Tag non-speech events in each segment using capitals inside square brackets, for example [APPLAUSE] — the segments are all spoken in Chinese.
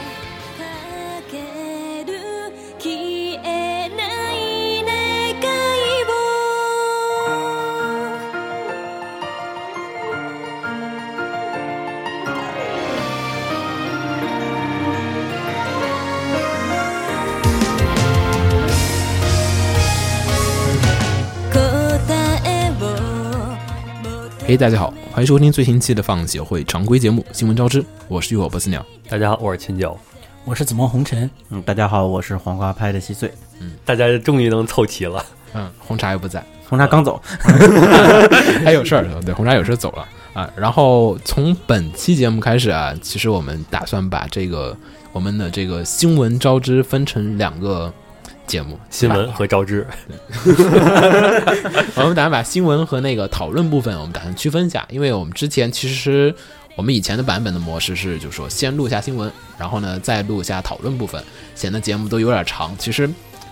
かける消えない願いを答えを嘿、大家好，欢迎收听最新期的放协会常规节目《新闻招之》，我是浴火不死鸟。大家好，我是秦九。我是紫梦红尘，嗯，大家好，我是黄瓜派的稀碎，大家终于能凑齐了，嗯，红茶又不 [LAUGHS] 在，红茶 [LAUGHS] 刚走，他有事儿，对，红茶有事儿走了啊。然后从本期节目开始啊，其实我们打算把这个我们的这个新闻招之分成两个节目，新闻和招之。我们打算把新闻和那个讨论部分，我们打算区分一下，因为我们之前其实我们以前的版本的模式是，就是说先录下新闻，然后呢再录下讨论部分，显得节目都有点长。其实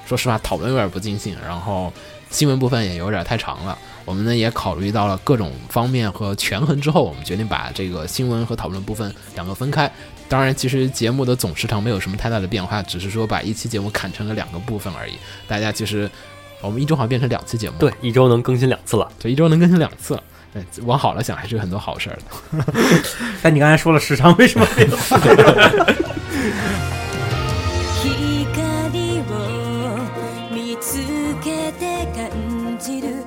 说实话，讨论有点不尽兴，然后新闻部分也有点太长了。我们呢也考虑到了各种方面和权衡之后，我们决定把这个新闻和讨论部分两个分开。当然，其实节目的总时长没有什么太大的变化，只是说把一期节目砍成了两个部分而已。大家其实我们一周好像变成两期节目， [LAUGHS] 对，一周能更新两次了。对，一周能更新两次。对，往好了想，还是有很多好事儿的。但你刚才说了时长 [LAUGHS] 为什么没有？光を見つけて感じる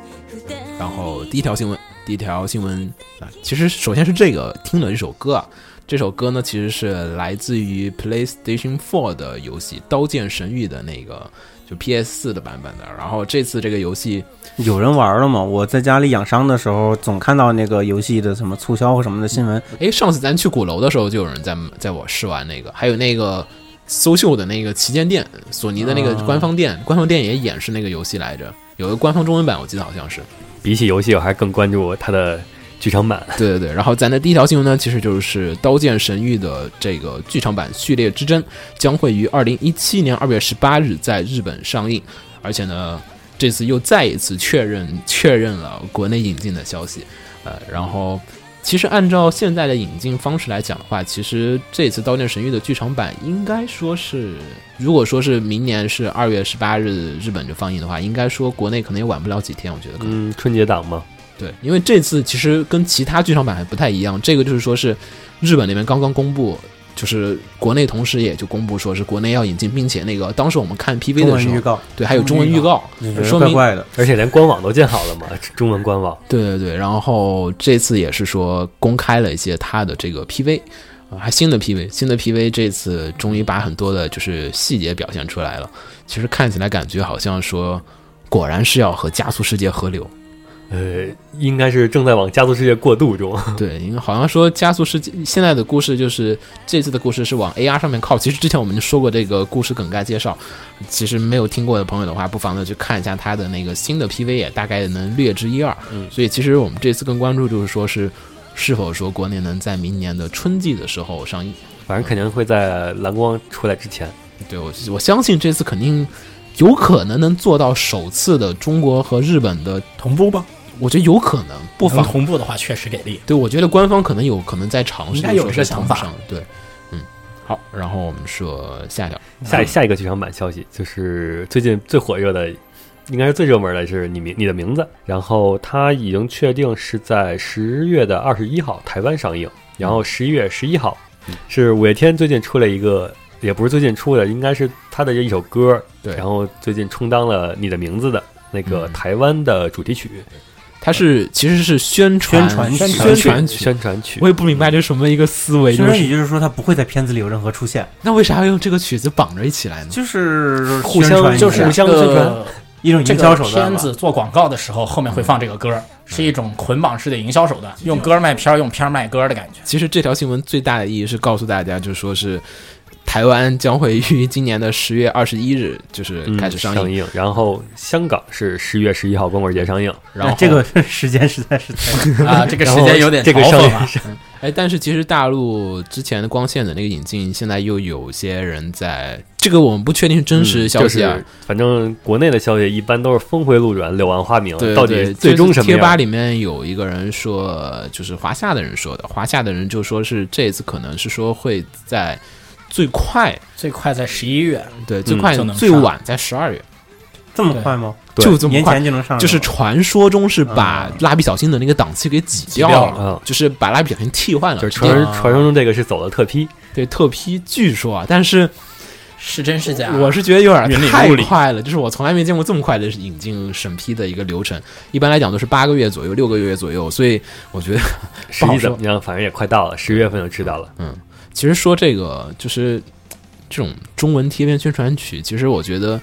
然后第一条新闻，第一条新闻啊，其实首先是这个听了这首歌啊，这首歌呢其实是来自于 PlayStation 4的游戏《刀剑神域》的那个就 PS 4的版本的。然后这次这个游戏有人玩了吗？我在家里养伤的时候，总看到那个游戏的什么促销或什么的新闻，哎，上次咱去鼓楼的时候，就有人在在我试玩那个，还有那个搜秀的那个旗舰店，索尼的那个官方店，官方店也演示那个游戏来着，有个官方中文版，我记得好像是。比起游戏，我还更关注它的剧场版。对对对，然后咱的第一条新闻呢，其实就是《刀剑神域》的这个剧场版《序列之争》将会于二零一七年二月十八日在日本上映，而且呢，这次又再一次确认确认了国内引进的消息，呃，然后。其实按照现在的引进方式来讲的话，其实这次《刀剑神域》的剧场版应该说是，如果说是明年是二月十八日日本就放映的话，应该说国内可能也晚不了几天，我觉得可能。嗯，春节档嘛，对，因为这次其实跟其他剧场版还不太一样，这个就是说是日本那边刚刚公布，就是国内同时也就公布说是国内要引进，并且那个当时我们看 PV 中的文时预候，告，对，还有中文预告，你觉得说怪明怪的。而且连官网都建好了嘛，中文官网。对对对，然后这次也是说公开了一些他的这个 PV。啊，还新的 PV，新的 PV 这次终于把很多的就是细节表现出来了。其实看起来感觉好像说，果然是要和加速世界合流。呃，应该是正在往家族世界过渡中。 [LAUGHS] 对，因为好像说加速世界现在的故事就是这次的故事是往 AR 上面靠。其实之前我们就说过这个故事梗概介绍，其实没有听过的朋友的话，不妨呢去看一下它的那个新的 PV，也大概能略知一二。嗯所以其实我们这次更关注就是说是是否说国内能在明年的春季的时候上映。反正肯定会在蓝光出来之前。对我我相信这次肯定有可能能做到首次的中国和日本的，同步吧，我觉得有可能，不不妨妨同步的话确实给力。对，我觉得官方可能有可能在尝试，应该有这个想法。对，嗯，好，然后我们说下一条，下下一个剧场版消息就是最近最火热的，应该是最热门的是你名你的名字。然后它已经确定是在十月的二十一号台湾上映，然后十一月十一号是五月天最近出了一个，也不是最近出的，应该是他的一首歌，对然后最近充当了你的名字的那个嗯台湾的主题曲、它是其实是宣传宣传宣曲传宣传曲我。也不明白这什么一个思维，虽就然也是就是说，它不会在片子里有任何出现，那为啥要用这个曲子绑着一起来呢？就是互宣相传一下就是互相宣传，呃一种这营销个手段片吧。子做广告的时候，后面会放这个歌，是一种捆绑式的营销手段，用歌卖片儿，用片儿卖歌的感觉。其实这条新闻最大的意义是告诉大家，就是说是。台湾将会于今年的十月二十一日就是开始上嗯、上映，映，然后香港是十月十一号光棍节上映，然后哎这个时间实在是太……啊，这个时然后间有点这个嘲上讽映啊。哎，但是其实大陆之前的光线的那个引进，现在又有些人在这个我们不确定是真实消息啊嗯就，是反正国内的消息一般都是峰回路转，柳暗花明，对到对底最终就什是么贴吧样？里面有一个人说，就是华夏的人说的，华夏的人就说是这次可能是说会在最快最快在十一月，对最快、就能最上晚在十二月，这么快吗？对就这么年快。前就能上了吗？就是传说中是把嗯蜡笔小新的那个档期给挤掉挤掉了，嗯了嗯，就是把蜡笔小新替换了，就是这传样说传说中这个是走了特批，对特批，据说啊，但是是真是假？我是觉得有点云里太雾里快了，就是我从来没见过这么快的引进审批的一个流程，一般来讲都是八个月左右，六个月左右，所以我觉得实好际说怎嗯么样，反正也快到了，十月份就知道了。其实说这个就是这种中文贴片宣传曲，其实我觉得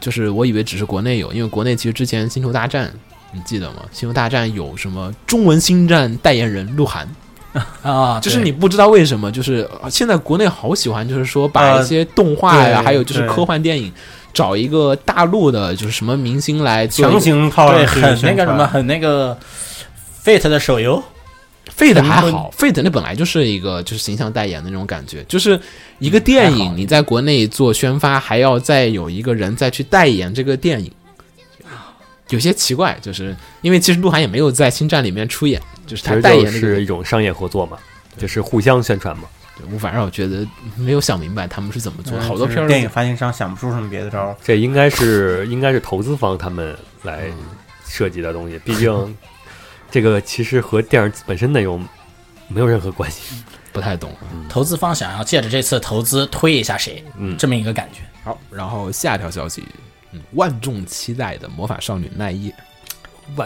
就是我以为只是国内有，因为国内其实之前《星球大战》。你记得吗？《星球大战》有什么中文星战代言人鹿晗？啊，就是对你不知道为什么，就是呃现在国内好喜欢，就是说把呃一些动画呀、对还有就是对科幻电影，找一个大陆的，就是什么明星来做一强个行套对上去很的那宣个传什么，很那个 Fate 的手游， Fate 还好，Fate 那本来就是一个就是形象代言的那种感觉，就是一个电影，你在国内做宣发，还要再有一个人再去代言这个电影，啊有些奇怪，就是因为其实鹿晗也没有在《星战》里面出演，就是其他实代言就的这个是一种商业合作嘛，就是互相宣传嘛。我反正我觉得没有想明白他们是怎么做，嗯好多就是片儿电影发行商想不出什么别的招儿。这应该是应该是投资方他们嗯来设计的东西，毕竟这个其实和电影本身内容没有任何关系。不太懂。啊投资方想要借着这次投资推一下谁，嗯这么一个感觉。好，然后下条消息，嗯，万众期待的魔法少女奈叶，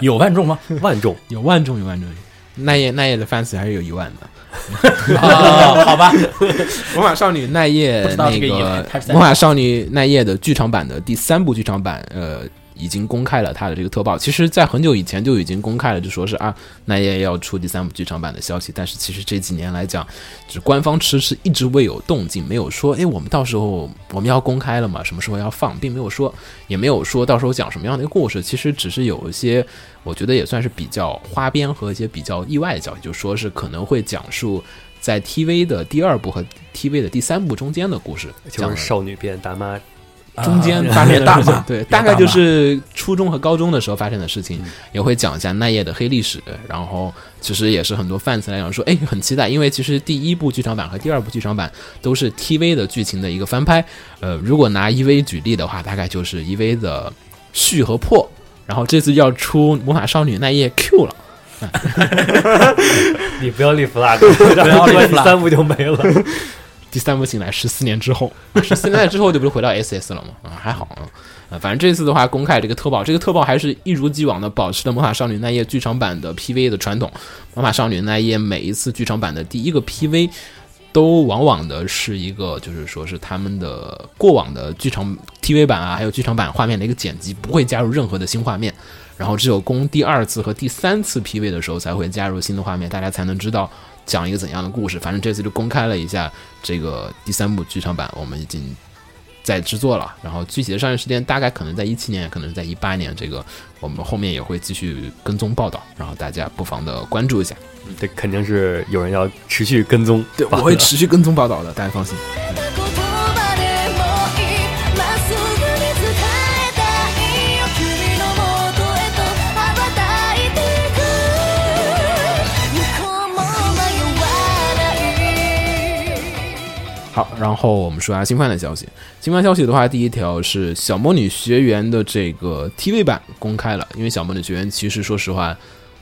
有万众吗？万众有万众有万众，奈叶奈叶的 fans 还是有一万的。啊，好吧， [LAUGHS] 魔法少女奈叶不知道那这个意个思他是在魔法少女奈叶的剧场版的第三部剧场版，呃，已经公开了它的这个特报。其实，在很久以前就已经公开了，就说是啊，奈叶要出第三部剧场版的消息。但是，其实这几年来讲，就是官方迟迟一直未有动静，没有说，哎，我们到时候我们要公开了嘛，什么时候要放，并没有说，也没有说到时候讲什么样的故事。其实，只是有一些，我觉得也算是比较花边和一些比较意外的消息，就说是可能会讲述。在 TV 的第二部和 TV 的第三部中间的故事，就讲是了少女变大妈，中 [LAUGHS] 间啊发生别的大事情骂，对，别大概大就骂是初中和高中的时候发生的事情，也会讲一下奈叶的黑历史。然后其实也是很多 fans 来讲说，哎，很期待，因为其实第一部剧场版和第二部剧场版都是 TV 的剧情的一个翻拍。呃，如果拿 EV 举例的话，大概就是 EV 的续和破。然后这次要出魔法少女奈叶 Q 了，你不要立 flag，然后立说第 flag 三部就没了。第三部醒来十四年之后，啊十四年之后就不是回到 SS 了吗？啊，还好啊。呃，反正这次的话，公开这个特报，这个特报还是一如既往的保持了《魔法少女奈叶》剧场版的 PV 的传统。《魔法少女奈叶》每一次剧场版的第一个 PV，都往往的是一个，就是说是他们的过往的剧场 TV 版啊，还有剧场版画面的一个剪辑，不会加入任何的新画面。然后只有攻第二次和第三次 PV 的时候才会加入新的画面，大家才能知道讲一个怎样的故事。反正这次就公开了一下这个第三部剧场版，我们已经在制作了。然后具体的上映时间大概可能在一七年，可能在一八年，这个我们后面也会继续跟踪报道，然后大家不妨的关注一下。这肯定是有人要持续跟踪，对，我吧 [LAUGHS] 会持续跟踪报道的，大家放心。言葉でもいいまっすぐに伝えたいよ君のもとへと羽ばたいていく向こうも迷わない好，然后我们说一下新番的消息。新番消息的话，第一条是《小魔女学园》的这个 TV 版公开了，因为《小魔女学园》其实说实话，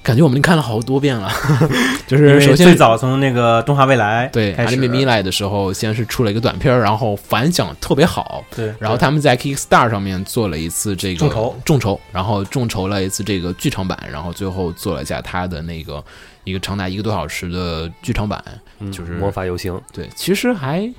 感觉我们看了好多遍了， [LAUGHS] 就因是为首先最早从那个《动画未来》对《开阿始丽米米来》的时候，先是出了一个短片儿，然后反响特别好，对，然后他们在 Kickstar 上面做了一次这个众筹，众筹，然后众筹了一次这个剧场版，然后最后做了一下它的那个一个长达一个多小时的剧场版，嗯就是魔法游行，对，其实还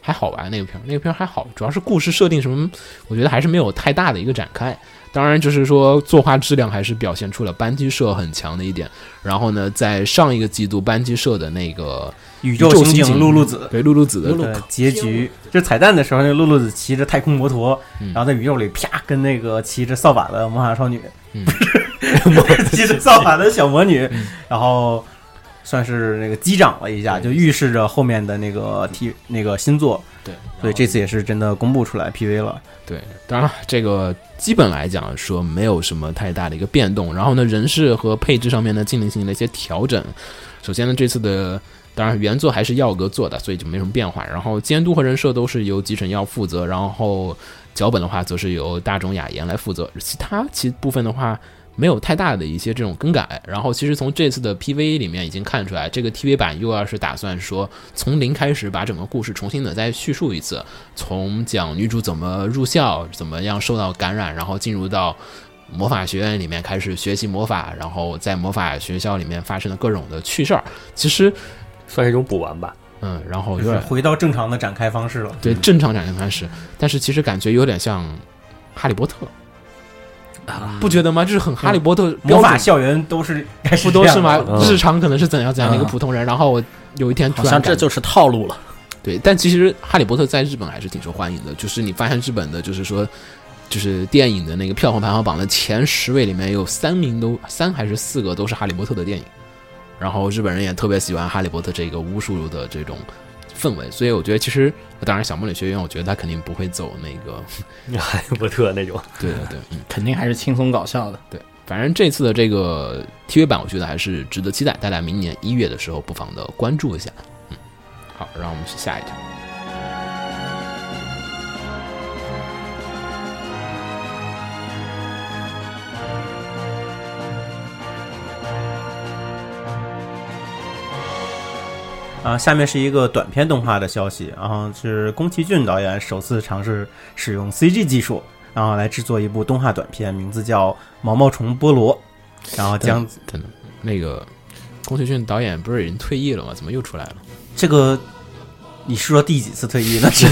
还好玩那个片儿，那个片儿还好，主要是故事设定什么，我觉得还是没有太大的一个展开。当然，就是说作画质量还是表现出了班级社很强的一点。然后呢，在上一个季度班级社的那个宇宙嗯宙刑刑警警露露子。对露露子的的结局，就是彩蛋的时候，那露露子骑着太空摩托，嗯然后在宇宙里啪跟那个骑着扫把的魔法少女，嗯不是 [LAUGHS] 骑着扫把的小魔女，然后算是那个击掌了一下，就预示着后面的那个 T 那个新作。对，所以这次也是真的公布出来 PV 了。对，当然这个基本来讲说没有什么太大的一个变动。然后呢，人事和配置上面呢进行进行了一些调整。首先呢，这次的当然原作还是耀哥做的，所以就没什么变化。然后监督和人设都是由吉成耀负责，然后脚本的话则是由大冢雅彦来负责，其他其部分的话。没有太大的一些这种更改，然后其实从这次的 PV 里面已经看出来，这个 TV 版又要是打算说从零开始把整个故事重新的再叙述一次，从讲女主怎么入校，怎么样受到感染，然后进入到魔法学院里面开始学习魔法，然后在魔法学校里面发生的各种的趣事儿。其实，算是一种补完吧。 [LAUGHS] 嗯，然后有就是点回到正常的展开方式了。对正常展现方式，但是其实感觉有点像哈利波特，嗯不觉得吗？就是很哈利波特标魔法准。校园都是该不是都这是样吗的？嗯日常可能是怎样怎样的一个普通人，然后我有一天突好然像感这就是套路了。对，但其实《哈利波特》在日本还是挺受欢迎的，就是你发现日本的，就是说，就是电影的那个票房排行榜的前十位里面有三名都三还是四个都是《哈利波特》的电影，然后日本人也特别喜欢《哈利波特》这个巫术的这种氛围，所以我觉得其实当然小魔女学院，我觉得他肯定不会走那个，哈利波特那种，对对对，嗯。肯定还是轻松搞笑的。 [LAUGHS] 对，反正这次的这个 TV 版，我觉得还是值得期待。大家明年一月的时候，不妨的关注一下。嗯，好，让我们去下一条。啊，下面是一个短片动画的消息，然后是宫崎骏导演首次尝试使用 CG 技术，然后来制作一部动画短片，名字叫《毛毛虫菠萝》，然后将真的，那个宫崎骏导演不是已经退役了吗？怎么又出来了？这个，你是说第几次退役呢？ [LAUGHS] 是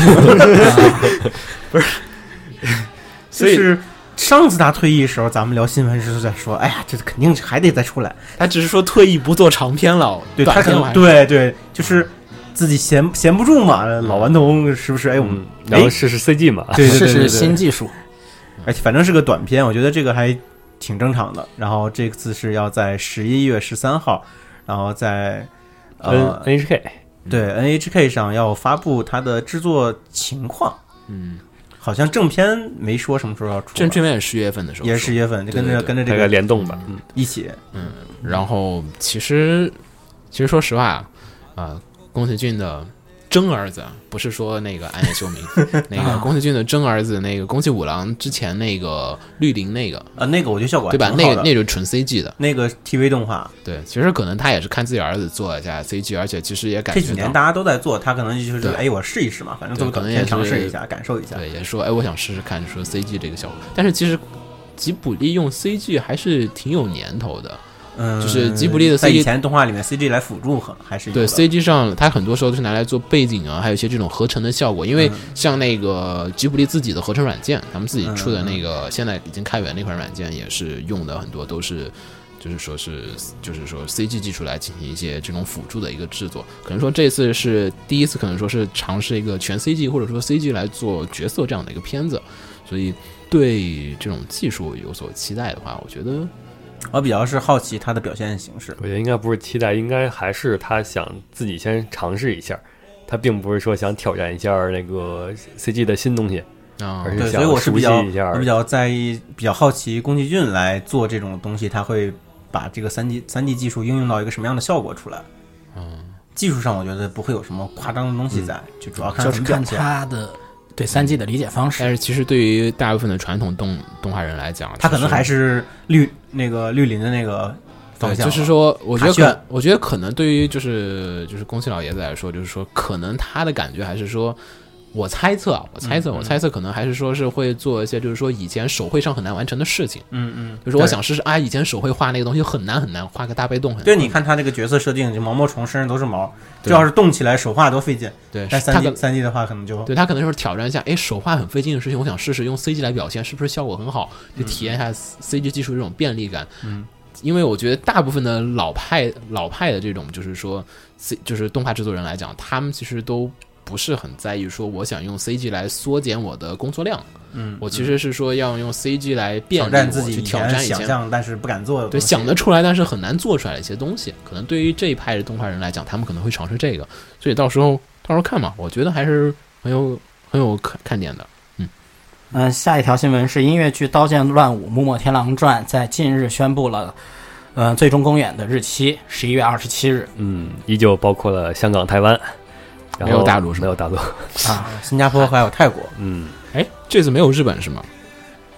不以是？就是上次他退役的时候，咱们聊新闻时候在说，哎呀，这肯定还得再出来，他只是说退役不做长片了，对他短可片我还能对对，就是自己闲闲不住嘛，老顽童是不是？哎，我们嗯，然后试试 CG 嘛，对对对试对试对新技术，而且反正是个短片，我觉得这个还挺正常的。然后这次是要在十一月十三号，然后在 N 呃 NHK 对 NHK 上要发布它的制作情况，嗯，好像正片没说什么时候要出，正正片十月份的时候也是出十月份，就对跟对着对跟着大这概个联动吧。嗯，一起。然后其实其实说实话啊，呃，宫崎骏的真儿子啊不是说那个安野 [LAUGHS] 秀明，那个宫崎骏的真儿子那个宫崎五郎之前那个绿林那个呃，那个我觉得效果还对吧？挺那好个的那就是纯 CG 的，那个 TV 动画，对，其实可能他也是看自己儿子做一下 CG，而且其实也感这觉几年到大家都在做，他可能就是对哎，我试一试嘛，反正对都可能也先是尝试一下，感受一下。对，也说哎，我想试试看说 CG 这个效果，但是其实吉卜力用 CG 还是挺有年头的，嗯，就是吉卜力的在 CG 以前动画里面 CG 来辅助很还是有对的 CG 上，它很多时候都是拿来做背景啊，还有一些这种合成的效果。因为像那个吉卜力自己的合成软件，他们自己出的那个现在已经开源那款软件，也是用的很多都是。就是说是，就是说 CG 技术来进行一些这种辅助的一个制作，可能说这次是第一次，可能说是尝试一个全 CG 或者说 CG 来做角色这样的一个片子，所以对这种技术有所期待的话，我觉得我比较是好奇它的表现形式。我觉得应该不是期待，应该还是他想自己先尝试一下。他并不是说想挑战一下那个 CG 的新东西，啊、而且对，想所以我是比较熟悉一下我比较在意、比较好奇宫崎骏来做这种东西，他会把这个三 D 三 D 技术应用到一个什么样的效果出来？嗯，技术上我觉得不会有什么夸张的东嗯西在，就主要看嗯就怎是么看表现。他的对三 G 的理解方但式。是其实对于大部分的传统动动画人来讲，他可就能还是绿那个绿林的那个方对，向吧，啊就是说，我觉得卡炫可，我觉得可能对于就是就是宫崎老爷子来说，就是说，可能他的感觉还是说，我猜测啊，我猜测，嗯我猜测可能还是说是会做一些，就是说以前手绘上很难完成的事情。嗯嗯，就是我想试试啊，以前手绘画那个东西很难很难，画个大背洞很难。对，你看他这个角色设定，就毛毛虫身上都是毛，这要是动起来手画多费劲。对，但他三可 D 三 D 的话，可能就对他可能就是挑战一下，哎，手画很费劲的事情，我想试试用 CG 来表现，是不是效果很好？就体验一嗯下 CG 技术这种便利感。嗯，因为我觉得大部分的老派老派的这种就是说 C 就是动画制作人来讲，他们其实都不是很在意说我想用 CG 来缩减我的工作量。嗯，我其实是说要用 CG 来便挑利战我自己去以挑前战以想前。象但是不敢做的对，东西。想得出来，但是很难做出来的一些东西，可能对于这一派的动画人来讲，他们可能会尝试这个，所以到时候到时候看嘛，我觉得还是很有很有看看点的。嗯，下一条新闻是音乐剧《刀剑乱舞：幕末天狼传》在近日宣布了，呃，最终公演的日期十一月二十七日嗯，依旧包括了香港、台湾，然没有后大陆是吧没有大陆，啊。新加坡还有泰国，嗯，哎，这次没有日本是吗？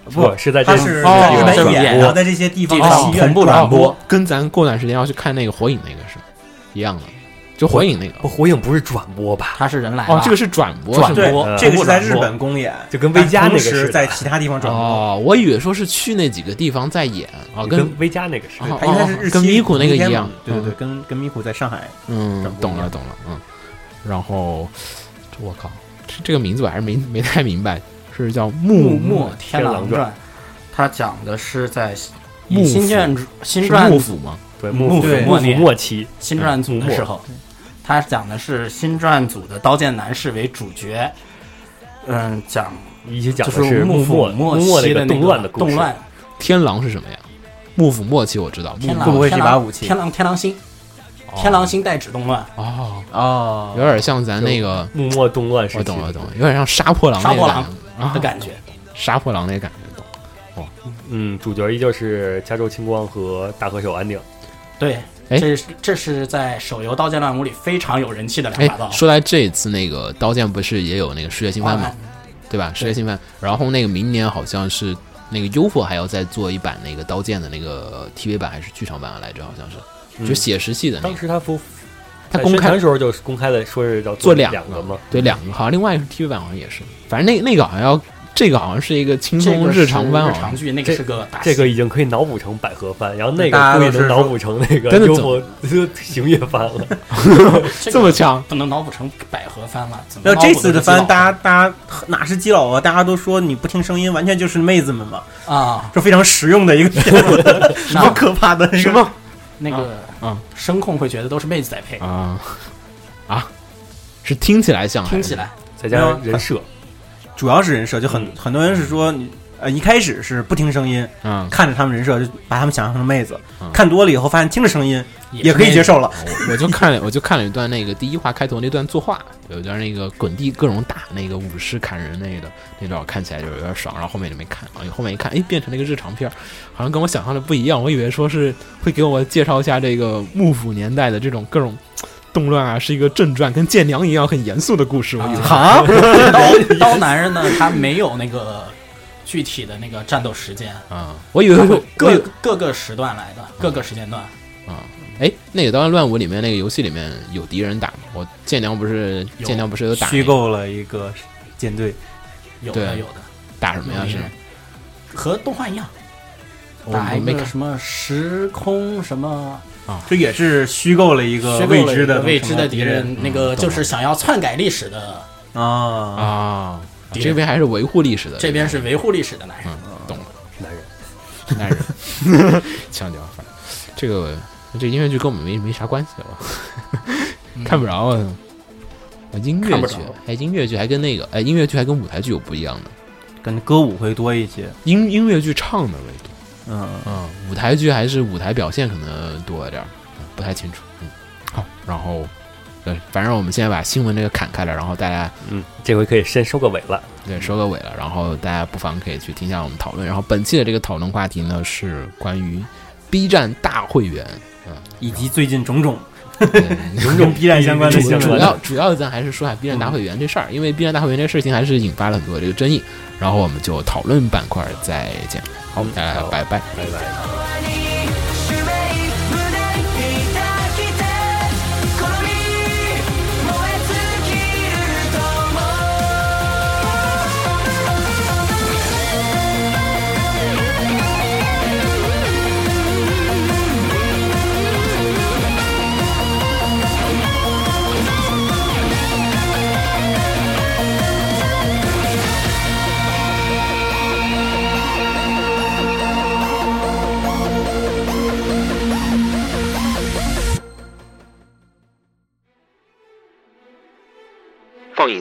不是在这它是哦在日本这个演，演然后在这些地方地方哦戏院同步转转播播。跟咱过段时间要去看那个火影那个是一样的，就火影那个不火影不是转播吧？他是人来哦了，这个是转播转是对吗？播，这个同步是在转日播本公演，就跟微加那但个似同时的在其他地方转播。哦，我以为说是去那几个地方在演啊，跟跟微加那个似的哦。它应该是日期跟咪咕那个同一天一样嘛对对对，跟跟咪咕在上海嗯转，播懂一了样懂了，嗯，然后这我靠，这这个名字我还是没没太明白，是叫幕木末天天狼狼传传》，它讲的是在幕以新府卷新是传幕府吗？对，幕幕府府幕末府年末期，新传嗯组的时候，他讲的是新传组的刀剑男士为主角，嗯，讲一起讲就的是幕幕府末幕末期个的那动乱的故动事。乱天狼是什么呀？幕府末期我知道，幕天狼，会不会是天一狼把武器天狼天狼星，天狼星代指动乱，哦，哦有点像咱那个，幕末动乱时期，我懂了懂了，有点像杀破狼杀那破个狼感觉啊的感觉。杀破狼那个感觉，懂。嗯，主角依旧是加州青光和大和手安定。对，哎这是这是在手游《刀剑乱舞》里非常有人气的两把刀哎，。说来这一次那个《刀剑》不是也有那个世界新番啊嘛，对吧？世界新番，然后那个明年好像是那个优酷还要再做一版那个《刀剑》的那个 TV 版还是剧场版来着？好像嗯是，就写实系的那当个，时他不，他在公宣传开的时候就是公开的说是要做两两个嘛，对两个，好像另外一个是 TV 版好像也是，反正那那个好像要这个好像是一个轻这松个日常番，啊好是日像常剧，那这个是个大这个已经可以脑补成百合番，然后那对大个家估都计能是脑补成那个真的幽怎默 [LAUGHS] 行月番了。这这么强，不能脑补成百合番了。怎么那脑补这都次的是基佬番，大家大家哪是基佬啊？大家都说你不听声音，完全就是妹子们嘛，啊，这非常实用的一个片 [LAUGHS] 子，什么那可怕的什么？那个啊啊声控会觉得都是妹子在配，啊啊，是听起来像还听是起来再加上人设，主要是人设，就很、很多人是说你呃一开始是不听声音，嗯，看着他们人设就把他们想象成妹子，嗯看多了以后发现听着声音也可以接受。受了。我我就看了，我就看了一段那个第一话开头那段作画，有一段那个滚地各种打那个武士砍人那个那段，我看起来就是有点爽，然后后面就没看，然后后面一看，哎，变成了一个日常片儿，好像跟我想象的不一样，我以为说是会给我介绍一下这个幕府年代的这种各种动乱啊，是一个正传，跟建良一样很严肃的故事，我以啊为。好，刀刀男人呢，他没有那个具体的那个战斗时间，啊，我以为他会会我以各为各个时段来的，各个时间段。啊，哎，那个《刀剑乱舞》里面那个游戏里面有敌人打吗？我建良不是有建良不是有打那虚个构了一个舰队，有对的有的，打什么呀？是有的和动画一样，我打我一没个看什么时空什么这也是虚构了一个虚构未了知一的个未知的敌人人，那个就懂了是想要篡改历史的，啊。啊，敌这人边还是维护历史的，这边是维护历哦史的男人。嗯，懂了，男人男人强调，反正这个这音乐剧跟我们没没啥关系了，看不着啊。啊，音乐嗯看不剧着，哎，音乐剧还跟那个，哎，音乐剧还跟舞台剧有不一样的，跟歌舞会多一些，音音乐剧唱的为多，嗯，嗯，舞台剧还是舞台表现可能多一点儿，嗯不太清楚，嗯，好，然后，对，反正我们现在把新闻这个砍开了，然后大家嗯，这回可以先收个尾了。对，收个尾了，然后大家不妨可以去听一下我们讨论。然后本期的这个讨论话题呢是关于 B 站大会员，以及最近种种对 [LAUGHS] 种种 B 站相关种的新种主闻，要主要咱还是说下 B 站大会员这事儿，因为 B 站大会员这事情还是引发了很多这个争议。然后我们就讨论板块再见，好，大家拜拜。拜拜。 「この身燃え尽きると思う」映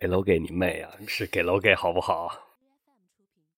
给楼给你妹啊，是给楼给好不好？